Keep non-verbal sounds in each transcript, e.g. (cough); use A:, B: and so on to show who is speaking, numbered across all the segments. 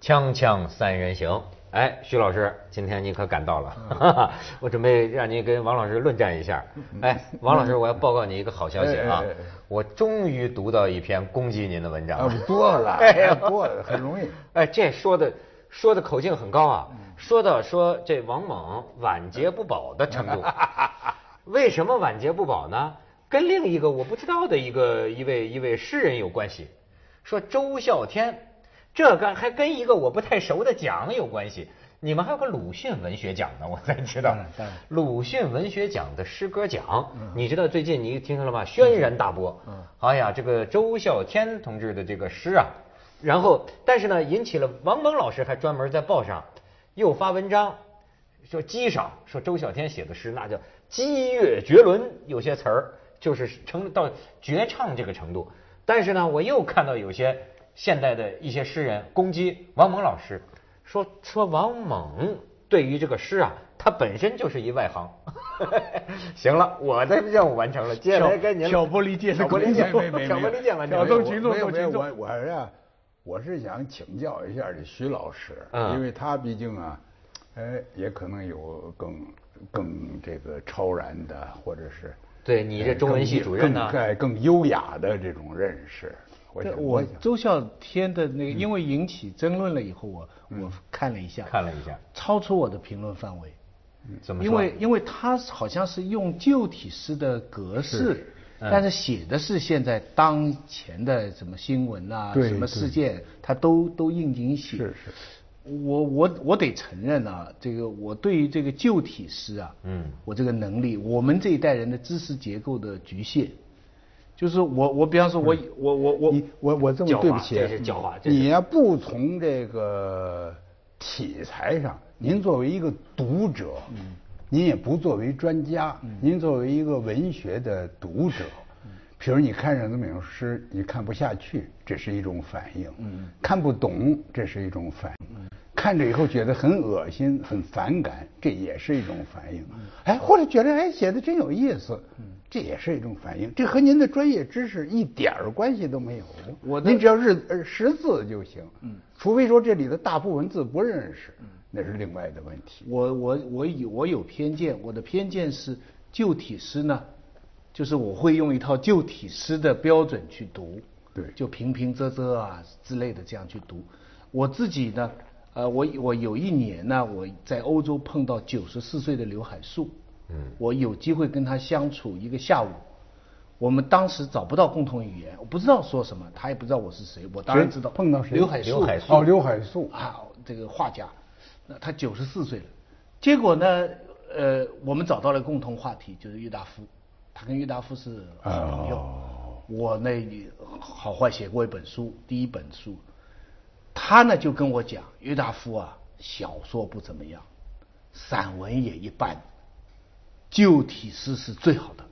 A: 锵锵三人行，哎，徐老师，今天你可赶到了，哈
B: 嗯
A: 哈， (laughs) 我准备让你跟王老师论战一下。哎，王老师，我要报告你一个好消息啊
B: 哎哎哎，
A: 我终于读到一篇攻击您的文章
B: 啊
A: 了。，
B: 多了，
A: (laughs) 哎呀
B: 多了，很容易。
A: 哎，这说的说的口径很高
B: 嗯
A: 啊，说到说这王猛晚节不保的程
B: (laughs)
A: 度，为什么晚节不保呢？跟另一个我不知道的一个一位一位诗人有关系，说周孝天，这跟还跟一个我不太熟的奖有关系。你们还有个鲁迅文学奖呢，我才知道
B: 当然当然。
A: 鲁迅文学奖的诗歌奖，你知道最近你听说了吗？轩然大波。
B: 嗯
A: 哎呀，这个周孝天同志的这个诗啊，然后但是呢，引起了王蒙老师还专门在报上又发文章，说讥赏，说周孝天写的诗那叫激越绝伦，有些词儿就是成到绝唱这个程度。但是呢，我又看到有些现代的一些诗人攻击王蒙老师，说说王蒙对于这个诗啊，他本身就是一外行。 (laughs) 行了，我的任务完成了，接下来该您了
C: 挑拨离间的
A: 挑拨离间，
C: 没没没
A: (laughs)
C: 没
A: 挑拨离间完成
C: 挑
A: 了
C: 动
B: 我
C: 群众
B: 没有
C: 斗
B: 没有
C: 群众
B: 我我呀，我是想请教一下这徐老师，
A: 嗯
B: 因为他毕竟啊，哎，也可能有更更这个超然的，或者是哎
A: 对你这中文系主任呢
B: 更哎更优雅的这种认识。我
C: 对
B: 想
C: 我
B: 想
C: 周孝天的那
A: 嗯
C: 个，因为引起争论了以后，我我看了一下，
A: 看了一下
C: 超出我的评论范围。
A: 怎么说？
C: 因为因为他好像是用旧体诗的格式，
A: 嗯
C: 但是写的是现在当前的什么新闻啊，
B: 对
C: 什么事
B: 对
C: 件，他都都应景写。
B: 是是
C: 我我我得承认啊，这个我对于这个旧体诗啊，
A: 嗯
C: 我这个能力，我们这一代人的知识结构的局限，就是我我比方说我、
A: 嗯
C: 我我我
B: 你我我这
A: 狡
B: 么
A: 猾
B: 对不起，
A: 这是狡猾这是
B: 你呀不从这个体裁上，您作为一个读者，您也不作为专家，
C: 嗯
B: 您作为一个文学的读者，比如你看上这么一首诗，你看不下去，这是一种反应；
C: 嗯
B: 看不懂，这是一种反应。看着以后觉得很恶心、很反感，这也是一种反
C: 嗯
B: 应。哎，或者觉得哎写的真有意思，这也是一种反应。这和您的专业知识一点儿关系都没有。
C: 我的
B: 您只要是呃识字就行，
C: 嗯
B: 除非说这里的大部分字不认识，那是另外的问题。
C: 我我我有我有偏见，我的偏见是旧体诗呢，就是我会用一套旧体诗的标准去读，
B: 对
C: 就平平仄仄啊之类的这样去读。我自己呢，呃，我我有一年呢，我在欧洲碰到九十四岁的刘海粟，嗯，我有机会跟他相处一个下午。我们当时找不到共同语言，我不知道说什么，他也不知道我是谁，我当然
B: 谁
C: 知道
B: 碰到谁
C: 刘海粟，
A: 刘海粟
B: 哦，刘海粟，
C: 啊，这个画家，那他九十四岁了。结果呢，呃，我们找到了共同话题，就是郁达夫，他跟郁达夫是好朋友。
B: 哦
C: 我呢，好坏写过一本书，第一本书，他呢就跟我讲，郁达夫啊，小说不怎么样，散文也一般，旧体诗是最好的。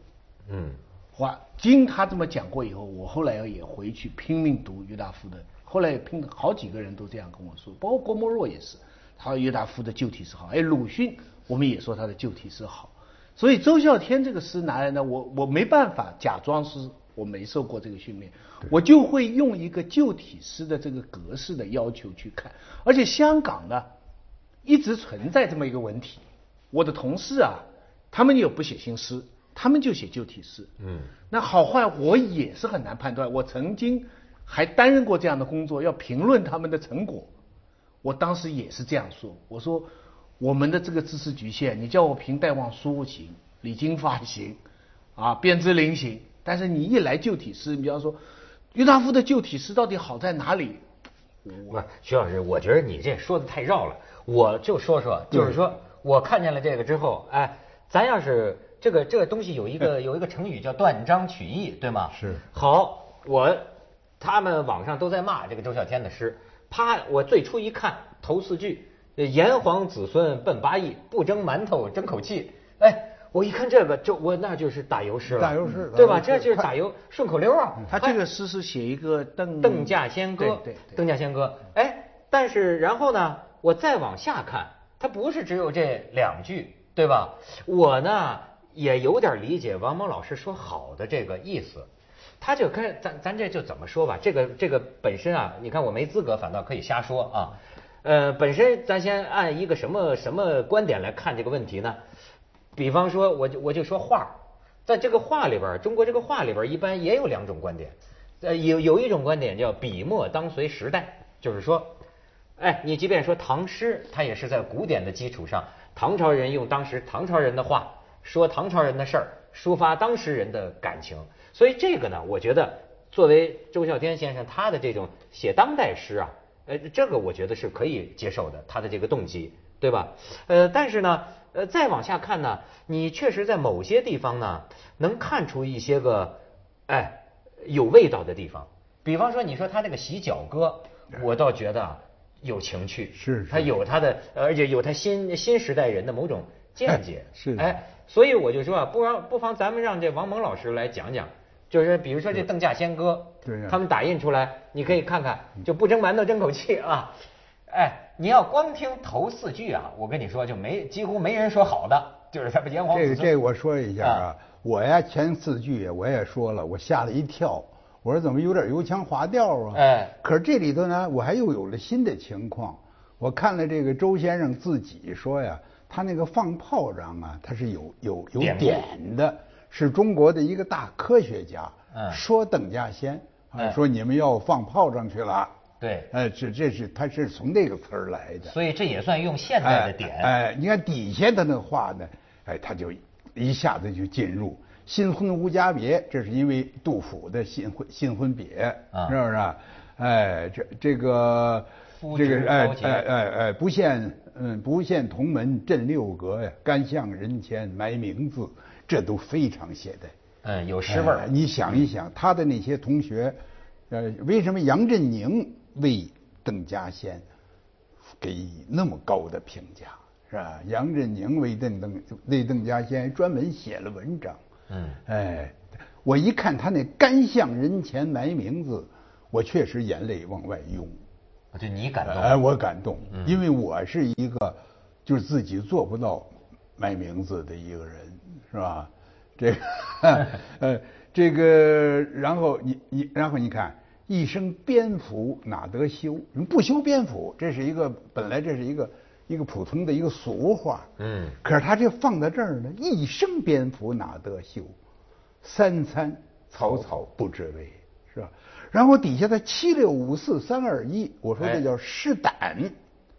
A: 嗯，
C: 哇，经他这么讲过以后，我后来也回去拼命读郁达夫的，后来也拼好几个人都这样跟我说，包括郭沫若也是，他说郁达夫的旧体诗好，哎，鲁迅我们也说他的旧体诗好，所以周孝天这个诗拿来呢，我我没办法假装是我没受过这个训练，我就会用一个旧体诗的这个格式的要求去看，而且香港呢，一直存在这么一个文体。我的同事啊，他们有不写新诗，他们就写旧体诗。
A: 嗯，
C: 那好坏我也是很难判断。我曾经还担任过这样的工作，要评论他们的成果。我当时也是这样说，我说我们的这个知识局限，你叫我评戴望舒行、李金发行，啊，卞之琳行，但是你一来旧体诗，你比方说郁达夫的旧体诗到底好在哪里？
A: 不是，徐老师，我觉得你这说的太绕了，我就说说，就是说我看见了这个之后，哎，咱要是这个这个东西有一个有一个成语叫断章取义，对吗？
B: 是
A: 好，我他们网上都在骂这个周孝天的诗，啪，我最初一看头四句，呃炎黄子孙奔八亿，不蒸馒头争口气，哎。我一看这个，就我那就是打油诗了，嗯
B: 打油诗
A: 对吧？
B: 打
A: 这
B: 油诗嗯
A: 就是打油顺口溜啊。
C: 他
A: 哎
C: 这个诗是写一个邓
A: 邓稼先歌，
C: 嗯对对对
A: 邓稼先歌。哎，但是然后呢，我再往下看，它不是只有这两句，对吧？我呢也有点理解王蒙老师说好的这个意思，他就开咱咱这就怎么说吧，这个这个本身啊，你看我没资格，反倒可以瞎说啊。呃，本身咱先按一个什么什么观点来看这个问题呢？比方说，我就我就说画儿，在这个画里边儿，中国这个画里边儿一般也有两种观点，呃，有有一种观点叫笔墨当随时代，就是说，哎，你即便说唐诗，它也是在古典的基础上，唐朝人用当时唐朝人的话说唐朝人的事儿，抒发当时人的感情，所以这个呢，我觉得作为周啸天先生他的这种写当代诗啊，呃，这个我觉得是可以接受的，他的这个动机，对吧？呃，但是呢，呃，再往下看呢，你确实在某些地方呢，能看出一些个，哎，有味道的地方。比方说，你说他这个洗脚歌，我倒觉得啊有情趣，
B: 是是
A: 他有他的，呃而且有他新新时代人的某种见解，
B: 是的
A: 哎，所以我就说啊，不妨不妨咱们让这王蒙老师来讲讲，就是比如说这《邓稼先歌》，
B: 对呀嗯
A: 他们打印出来，你可以看看，就不蒸馒头争口气啊。哎，你要光听头四句啊，我跟你说就没几乎没人说好的，就是咱们炎黄
B: 这
A: 子
B: 个
A: 孙
B: 这个我说一下
A: 啊
B: 啊，我呀前四句我也说了，我吓了一跳，我说怎么有点油腔滑调啊？
A: 哎
B: 可是这里头呢，我还又有了新的情况。我看了这个周先生自己说呀，他那个放炮仗啊，他是有有有
A: 典故
B: 点的，是中国的一个大科学家
A: 嗯
B: 说邓稼先啊
A: 哎，
B: 说你们要放炮仗去了。
A: 对，
B: 哎，这这是他是从这个词儿来的。
A: 所以这也算用现代的点。
B: 哎。哎，你看底下他那话呢，哎，他就一下子就进入“新婚无家别”，这是因为杜甫的新婚新婚别，
A: 啊
B: 是不是啊？哎，这这个
A: 夫
B: 这
A: 之
B: 个哎
A: 高洁
B: 哎哎哎，不羡嗯不羡同门震六阁呀，甘向人前埋名字，这都非常现代。
A: 嗯，有诗味儿
B: 哎。你想一想，他的那些同学，呃，为什么杨振宁为邓稼先给予那么高的评价，是吧？杨振宁为邓邓为邓稼先专门写了文章。
A: 嗯
B: 哎，我一看他那“甘向人前埋名字”，我确实眼泪往外涌。
A: 我就你感动。
B: 哎，我感动，因为我是一个就是自己做不到买名字的一个人，是吧？这个，呃，这个，然后你你，然后你看，一生蝙蝠哪得修？你不修蝙蝠，这是一个本来这是一个一个普通的一个俗话，
A: 嗯
B: 可是他这放到这儿呢，一生蝙蝠哪得休，三餐草草不知味，是
A: 哦
B: 吧？然后底下的七六五四三二一，我说
A: 哎
B: 这叫试胆，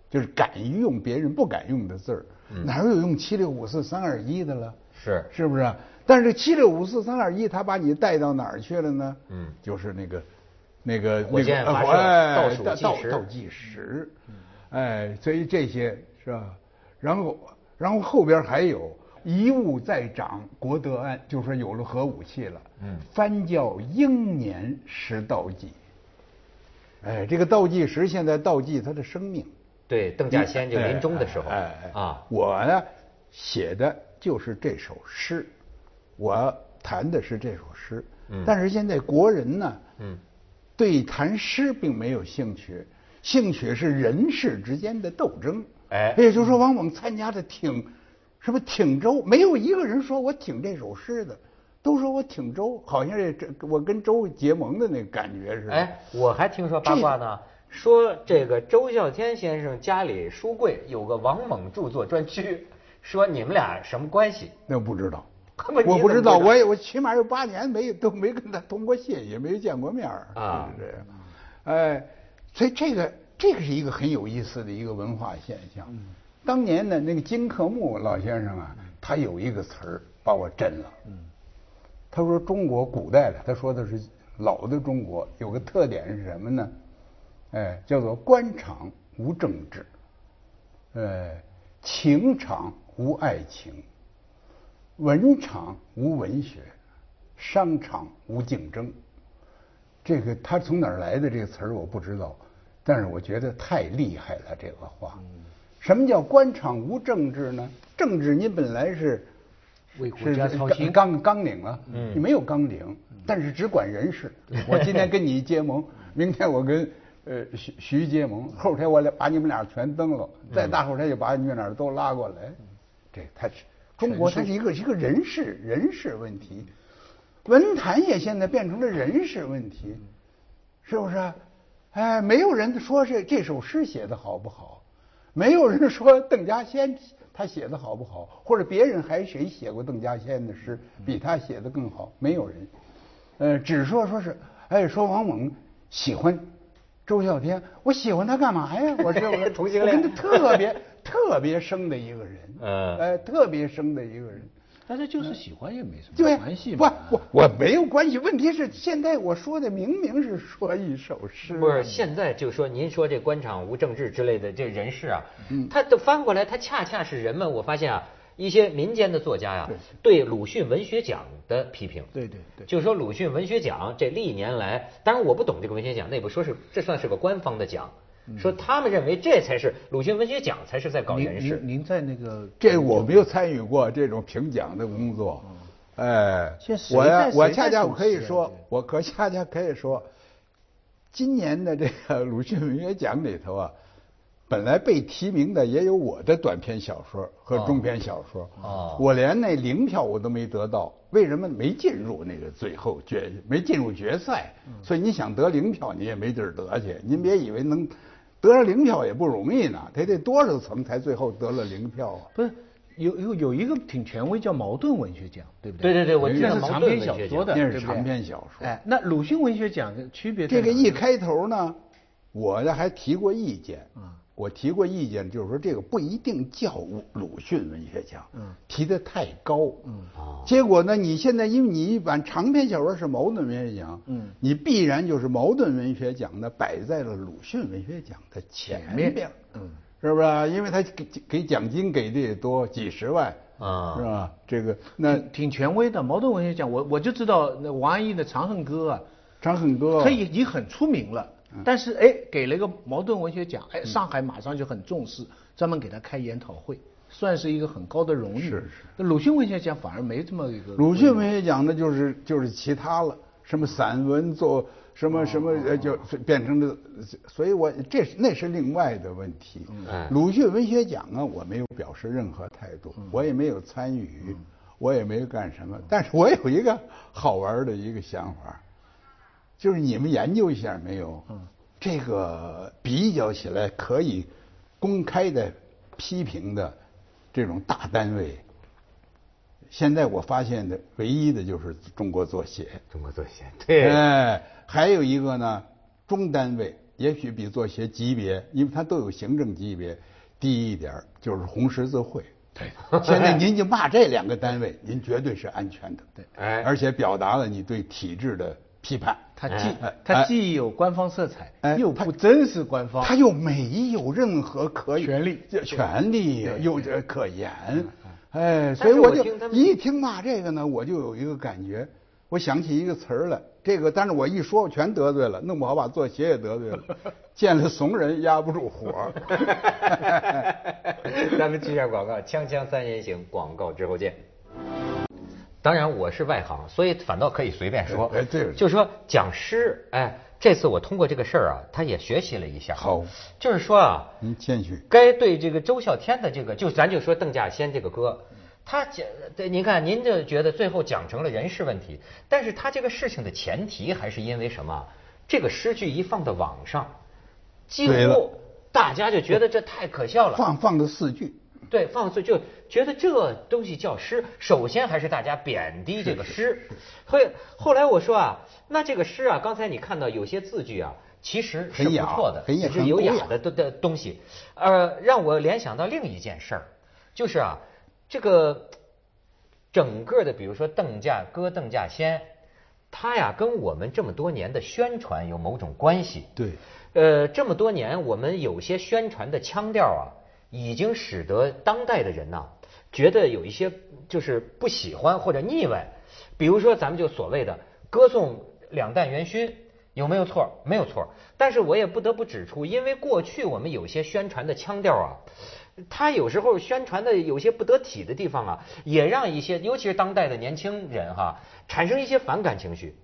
B: 就是敢于用别人不敢用的字儿，
A: 嗯
B: 哪有用七六五四三二一的了？
A: 是
B: 是不是？但是七六五四三二一，他把你带到哪儿去了呢？
A: 嗯
B: 就是那个那个
A: 火箭
B: 那个
A: 发射
B: 哎
A: 倒数
B: 倒
A: 计
B: 倒
A: 时嗯
B: 倒计时，哎，所以这些是吧？然后然后后边还有一物再长，国德安，就是说有了核武器了。
A: 嗯
B: 翻教英年识道济。哎，这个倒计时现在倒计他的生命。
A: 对，邓稼先就临终的时候
B: 哎哎哎
A: 啊，
B: 我呢写的就是这首诗，我谈的是这首诗。
A: 嗯
B: 但是现在国人呢，
A: 嗯，
B: 对谈诗并没有兴趣，兴趣是人世之间的斗争。
A: 哎
B: 也就是说，往往参加的挺什么挺周，没有一个人说我挺这首诗的。都说我挺周，好像这这我跟周结盟的那感觉似的。
A: 哎，我还听说八卦呢，说这个周啸天先生家里书柜有个王蒙著作专区，说你们俩什么关系？，
B: 那不知道
A: (laughs) 你
B: 我
A: 怎么
B: 不
A: 知
B: 知
A: 道
B: 道，我也我起码有八年没都没跟他通过信，也没见过面儿
A: 啊
B: 就是这样。哎，所以这个这个是一个很有意思的一个文化现象。
A: 嗯
B: 当年呢，那个金克木老先生啊，他有一个词儿把我震了。
A: 嗯
B: 他说中国古代的，他说的是老的中国有个特点是什么呢？哎，叫做官场无政治，呃，情场无爱情，文场无文学，商场无竞争。这个他从哪儿来的这个词儿我不知道，但是我觉得太厉害了这个
C: 嗯
B: 话。什么叫官场无政治呢？政治你本来是
C: 为国家操心
B: 是纲纲领了，
A: 嗯
B: 你没有纲领，但是只管人事。我今天跟你结盟，明天我跟呃徐徐结盟，后天我俩把你们俩全蹬了，再大后天就把你们俩都拉过来。这它是中国，它是一个一个人事人事问题，文坛也现在变成了人事问题，是不是啊？哎，没有人说是这首诗写的好不好，没有人说邓稼先他写的好不好，或者别人还谁写过邓稼先的诗比他写的更好，没有人。呃，只说说是，哎，说王蒙喜欢周啸天，我喜欢他干嘛呀？我是
A: 同性
B: 我
A: 恋
B: 跟他特别特别生的一个人，
A: 嗯
B: 哎，特别生的一个人。
C: 但是就是喜欢也没什
B: 对
C: 么
B: 呀，
C: 关系
B: 不
C: 嘛。，
B: 我我没有关系。问题是现在我说的明明是说一首诗，
A: 不是，现在就说您说这官场无政治之类的这人事啊，
B: 嗯
A: 他都翻过来，他恰恰是人们，我发现啊，一些民间的作家呀、对鲁迅文学奖的批评，
C: 对对对
A: 就说鲁迅文学奖这历年来，当然我不懂这个文学奖内部说是这算是个官方的奖，说他们认为这才是鲁迅文学奖才是在搞
C: 您
A: 人事
C: 您，您在那个
B: 这我没有参与过这种评奖的工作，哎
C: 现在，嗯谁
B: 我呀
C: 在，谁
B: 我
C: 在
B: 恰恰
C: 主
B: 我可以
C: 持啊
B: 说
C: 这，
B: 我可恰恰可以说，今年的这个鲁迅文学奖里头啊，本来被提名的也有我的短篇小说和中篇小说，
A: 哦
B: 我连那零票我都没得到，为什么没进入那个最后决没进入决赛？
C: 嗯
B: 所以你想得零票你也没地儿得去，您别以为能。得上零票也不容易呢，得得多少层才最后得了零票啊？
C: 不是有有有一个挺权威叫茅盾文学奖，对不
A: 对对
C: 对？
A: 对我记得
C: 这是
A: 茅
C: 长
A: 盾
C: 篇
A: 文
C: 小
A: 学
C: 说
A: 奖
C: 的，
B: 那是
C: 对不对
B: 长篇小说
C: 哎，那鲁迅文学奖的区别在
B: 这个
C: 哪
B: 一
C: 呢
B: 开头呢，我呢还提过意见
C: 嗯，
B: 我提过意见，就是说这个不一定叫鲁迅文学奖
C: 嗯，
B: 提得太高，
A: 哦
B: 结果呢，你现在因为你一版长篇小说是茅盾文学奖，
C: 嗯
B: 你必然就是茅盾文学奖呢摆在了鲁迅文学奖的前
C: 前
B: 边
C: 面，嗯，
B: 是不是啊？因为他给给奖金给的也多，几十万，
A: 啊
B: 是吧？这个那
C: 挺挺权威的茅盾文学奖，我我就知道那王安忆的《长恨歌》啊，
B: 长恨歌
C: 他已经很出名了，
B: 嗯
C: 但是哎，给了一个茅盾文学奖，哎，上海马上就很重视，专门给他开研讨会，算是一个很高的荣誉。
B: 是是。
C: 那鲁迅文学奖反而没这么一个。
B: 鲁迅文学奖呢，就是就是其他了，什么散文作，什么什么，呃，就变成了，所以我这是那是另外的问题
A: 哎。
B: 鲁迅文学奖啊，我没有表示任何态度，我也没有参与，我也没有干什么，但是我有一个好玩的一个想法，就是你们研究一下没有？这个比较起来可以公开的批评的这种大单位，现在我发现的唯一的就是中国作协。
A: 中国作协对，
B: 哎，还有一个呢，中单位也许比作协级别，因为它都有行政级别，低一点儿就是红十字会。对，现在您就骂这两个单位，您绝对是安全的。
C: 对
A: 哎
B: 而且表达了你对体制的批判。
C: 他既
B: 哎
C: 他既有官方色彩，
B: 哎
C: 又不真实官方。
B: 他又没有任何可
C: 权利
B: 这权利又这可言，
C: 嗯
A: 但
B: 哎，
A: 是
B: 所以
A: 我
B: 我就
A: 听他们
B: 一听骂这个呢，我就有一个感觉，我想起一个词儿来，这个但是我一说我全得罪了，弄不好把作协也得罪
C: (laughs)
B: 了，见了怂人压不住火。
A: (laughs) 咱们去一下广告，锵锵三人行广告之后见。当然我是外行，所以反倒可以随便说。
B: 哎哎对
A: 就说讲诗，哎，这次我通过这个事儿啊，他也学习了一下。
B: 好，
A: 就是说啊，
B: 您谦虚，
A: 该对这个周啸天的这个，就咱就说邓稼先这个歌，他讲，对，您看您就觉得最后讲成了人事问题，但是他这个事情的前提还是因为什么？这个诗句一放到网上，几
B: 对了
A: 乎大家就觉得这太可笑了。
B: 放放了四句，
A: 对，放肆就觉得这东西叫诗，首先还是大家贬低这个诗。后后来我说啊，那这个诗啊，刚才你看到有些字句啊，其实是
B: 很
A: 不
B: 雅
A: 错的，
B: 很雅
A: 是有
B: 很
A: 雅
B: 雅
A: 的的的东西。呃，让我联想到另一件事儿，就是啊，这个整个的，比如说邓稼歌、邓稼先，他呀跟我们这么多年的宣传有某种关系。
B: 对，
A: 呃，这么多年，我们有些宣传的腔调啊，已经使得当代的人呐、觉得有一些就是不喜欢或者腻歪。比如说，咱们就所谓的歌颂两弹元勋，有没有错？没有错。但是我也不得不指出，因为过去我们有些宣传的腔调啊，他有时候宣传的有些不得体的地方啊，也让一些，尤其是当代的年轻人哈、产生一些反感情绪。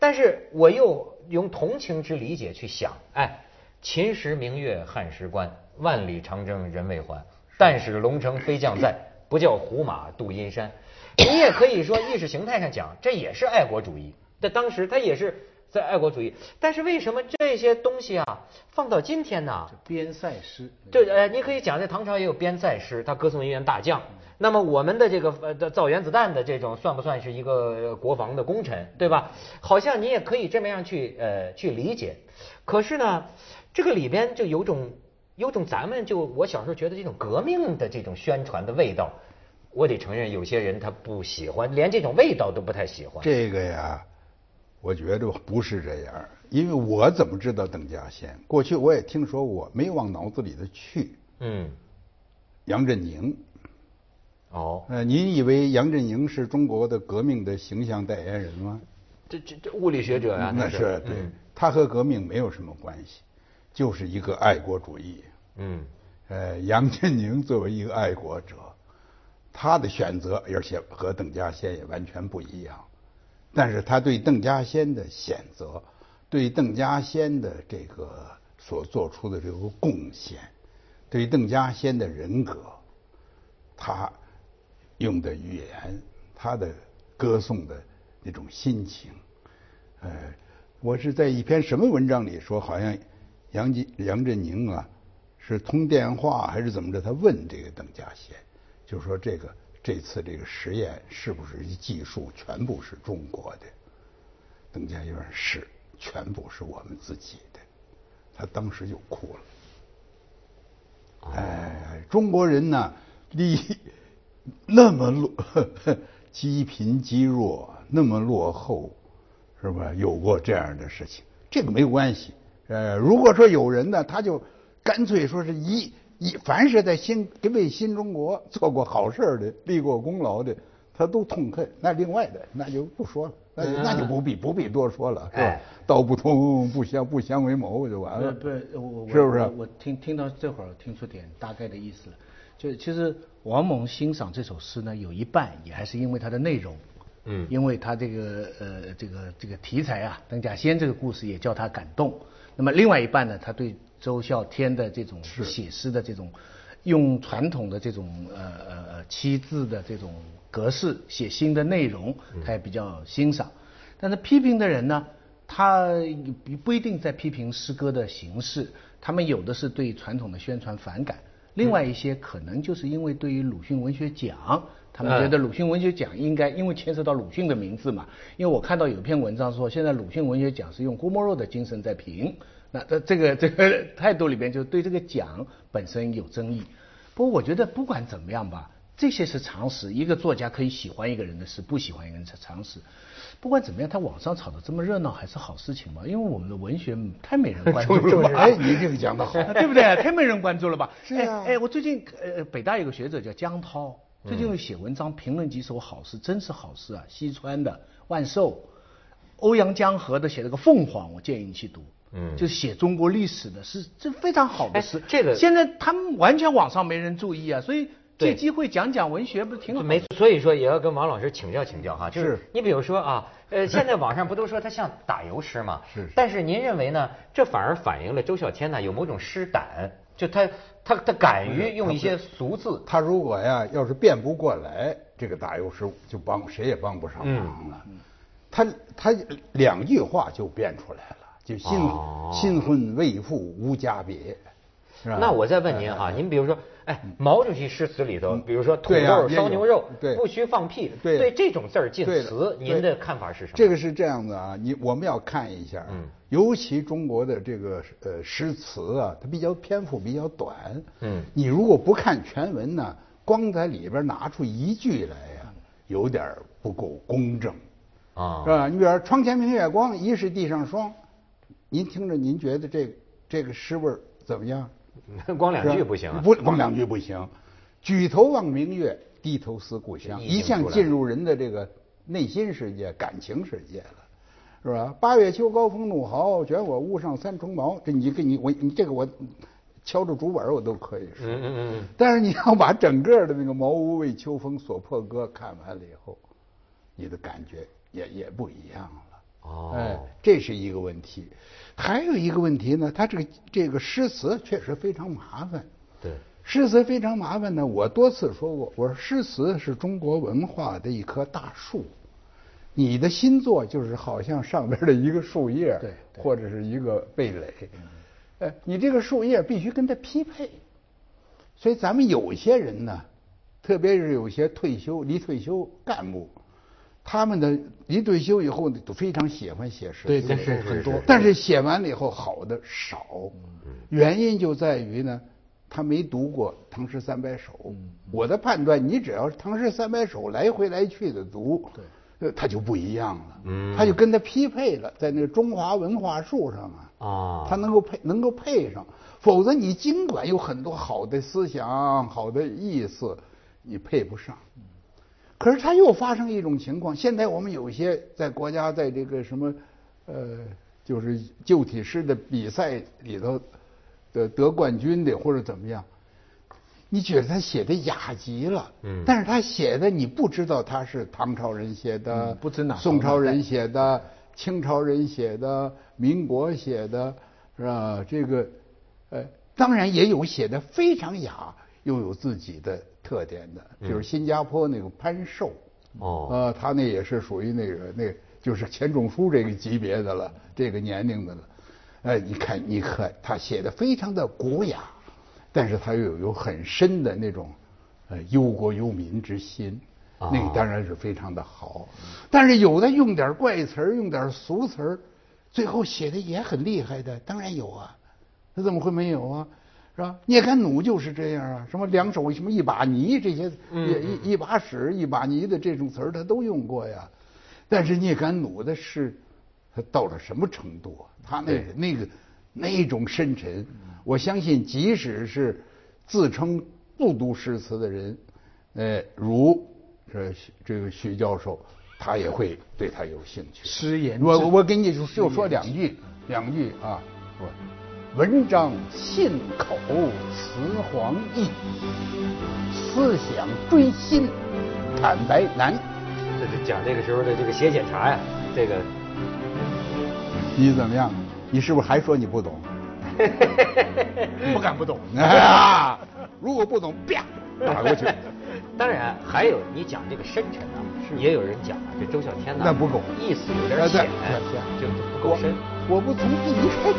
A: 但是我又用同情之理解去想，哎，秦时明月汉时关，万里长征人未还。但使龙城飞将在，不教胡马度阴山。你也可以说意识形态上讲，这也是爱国主义。在当时，它也是在爱国主义。但是为什么这些东西啊放到今天呢？
C: 边塞诗，
A: 对，呃，你可以讲，在唐朝也有边塞诗，他歌颂一员大将。那么我们的这个呃的造原子弹的这种，算不算是一个呃国防的功臣，对吧？好像你也可以这么样去呃去理解。可是呢，这个里边就有种有种咱们就我小时候觉得这种革命的这种宣传的味道，我得承认有些人他不喜欢，连这种味道都不太喜欢。
B: 这个呀，我觉得不是这样，因为我怎么知道邓稼先？过去我也听说过，没往脑子里头去。
A: 嗯，
B: 杨振宁，
A: 哦，
B: 呃，您以为杨振宁是中国的革命的形象代言人吗？
A: 这这这物理学者啊，
B: 那
A: 他
B: 是对
A: 嗯，
B: 他和革命没有什么关系，就是一个爱国主义。
A: 嗯
B: 呃，杨振宁作为一个爱国者，他的选择，而且和邓稼先也完全不一样。但是他对邓稼先的选择，对邓稼先的这个所做出的这个贡献，对邓稼先的人格，他用的语言，他的歌颂的那种心情，呃，我是在一篇什么文章里说，好像杨吉杨振宁啊，是通电话还是怎么着？他问这个邓稼先，就说这个这次这个实验是不是技术全部是中国的？邓稼先说是，全部是我们自己的。他当时就哭了。 (laughs) 哎，中国人呢，第一那么 (laughs) 落积贫积弱，那么落后，是吧？有过这样的事情，这个没有关系。呃，如果说有人呢，他就干脆说是一一，凡是在新为新中国做过好事儿的、立过功劳的，他都痛恨。那另外的那就不说了，那就那就不必不必多说了，是吧
A: 哎？
B: 道不同不相不相为谋就完了，
C: 不呃不，我我
B: 是不是？
C: 我我听听到这会儿听出点大概的意思了，就其实王蒙欣赏这首诗呢，有一半也还是因为它的内容，
A: 嗯
C: 因为他这个呃这个这个题材啊，邓稼先这个故事也叫他感动。那么另外一半呢，他对周孝天的这种写诗的这种，用传统的这种呃呃呃七字的这种格式写新的内容，他也比较欣赏。但是批评的人呢，他不不一定在批评诗歌的形式，他们有的是对传统的宣传反感，另外一些可能就是因为对于鲁迅文学奖，他们觉得鲁迅文学奖应该因为牵涉到鲁迅的名字嘛，因为我看到有一篇文章说，现在鲁迅文学奖是用郭沫若的精神在评，那这这个这 (laughs) 个态度里边就对这个奖本身有争议。不过我觉得不管怎么样吧，这些是常识。一个作家可以喜欢一个人的事，不喜欢一个人是常识。不管怎么样，他网上炒得这么热闹还是好事情嘛，因为我们的文学太没人关注了吧。
B: 哎，你这个讲的好。
C: (laughs) 对不对？太没人关注了吧？
B: 是啊
C: 哎哎，我最近呃，北大有个学者叫江涛，最近有写文章评论几首好诗，真是好诗啊！西川的万寿，欧阳江河的写了个《凤凰》，我建议你去读。
A: 嗯
C: 就是写中国历史的，是这非常好的
A: 哎
C: 诗。
A: 这个
C: 现在他们完全网上没人注意啊，所以
A: 对
C: 借机会讲讲文学，不是挺好的？
A: 没，所以说也要跟王老师请教请教哈，就是
B: 是
A: 你比如说啊，呃，现在网上不都说他像打油诗嘛？
B: (laughs) 是是
A: 但是您认为呢？这反而反映了周小天呢有某种诗胆，就他他他敢于用一些俗字。
B: 嗯他如果呀，要是变不过来，这个打油诗就帮谁也帮不上忙
A: 嗯
B: 了。他他两句话就变出来了，就新、
A: 哦
B: 新婚未妇无家别，是吧？哎
A: 那我再问您哈，您比如说，哎，毛主席诗词里头，比如说土
B: 嗯对呀
A: 豆
B: 也
A: 烧
B: 有
A: 牛肉，
B: 对
A: 不许放屁，
B: 对
A: 这种字儿进
B: 对了
A: 词，
B: 对
A: 您的看法是什么？
B: 这个是这样的啊，你我们要看一下，啊
A: 嗯
B: 尤其中国的这个呃诗词啊，它比较篇幅比较短，
A: 嗯
B: 你如果不看全文呢，光在里边拿出一句来呀、有点儿不够公正。
A: 啊
B: 是，吧？你比如说“窗前明月光，疑是地上霜”，您听着，您觉得这个这个诗味儿怎么样？
A: (laughs) 光两句
B: 是吧
A: 不行啊。
B: 不光两句不行。举头望明月，低头思故乡，
A: 意
B: 一
A: 境
B: 下
A: 出来
B: 进入人的这个内心世界、感情世界了，是吧？八月秋高风怒号，卷我屋上三重茅。这你跟你我你这个我敲着竹板儿我都可以说。
A: 嗯嗯嗯嗯。
B: 但是你要把整个的那个《茅屋为秋风所破歌》看完了以后，你的感觉也也不一样了。
A: 哦
B: 哎，这是一个问题。还有一个问题呢，它这个这个诗词确实非常麻烦。
A: 对，
B: 诗词非常麻烦呢，我多次说过，我说诗词是中国文化的一棵大树，你的新作就是好像上边的一个树叶，
C: 对对
B: 或者是一个蓓蕾，呃，你这个树叶必须跟它匹配。所以咱们有些人呢，特别是有些退休、离退休干部，他们的离退休以后呢，都非常喜欢写诗，
C: 对对是
A: 是
C: 很多
A: 是
B: 但是写完了以后，好的少，原因就在于呢，他没读过《唐诗三百首》。我的判断，你只要是《唐诗三百首》来回来去的读，
C: 对
B: 呃，他就不一样了，
A: 嗯
B: 他就跟他匹配了，在那个中华文化树上啊，
A: 啊
B: 他能够配能够配上，否则你尽管有很多好的思想、好的意思，你配不上。
A: 嗯
B: 可是它又发生一种情况，现在我们有一些在国家在这个什么，呃，就是旧体诗的比赛里头的得冠军的或者怎么样，你觉得他写的雅极了，
A: 嗯
B: 但是他写的你不知道他是唐朝人写的，
C: 嗯不知哪朝
B: 宋朝
C: 哪代
B: 人写的，清朝人写的，民国写的，是吧？这个，呃，当然也有写的非常雅，又有自己的特点的，比如新加坡那个潘寿，
A: 哦
B: 呃，他那也是属于那个那就是钱钟书这个级别的了，这个年龄的了。哎，你看，你看，他写的非常的古雅，但是他又有有很深的那种，呃，忧国忧民之心，那个
A: 啊
B: 当然是非常的好。但是有的用点怪词儿，用点俗词儿，最后写的也很厉害的，当然有啊，他怎么会没有啊？是吧？聂甘努就是这样啊，什么两手什么一把泥这些，一一一把屎一把泥的这种词儿他都用过呀。但是聂甘努的是，他到了什么程度啊？他那个那个那种深沉，我相信即使是自称不读诗词的人，呃，如这这个徐教授，他也会对他有兴趣。
C: 诗言
B: 我
C: 志
B: 我跟你就就说两句，两句啊，我文章信口雌黄易，思想追心坦白难。
A: 这是讲这个时候的这个写检查呀，这
B: (laughs)
A: 个
B: 你怎么样？你是不是还说你不懂？ (laughs)
C: 不敢不懂。
B: 啊，如果不懂，啪 (laughs) 打过去。
A: (laughs) 当然，还有你讲这个深沉啊，也有人讲啊，这周小天呐、
B: 那不够
A: 意思有点
B: 啊对
A: 浅，
B: 对对
A: 就不够深。
B: 我我不从第一开始。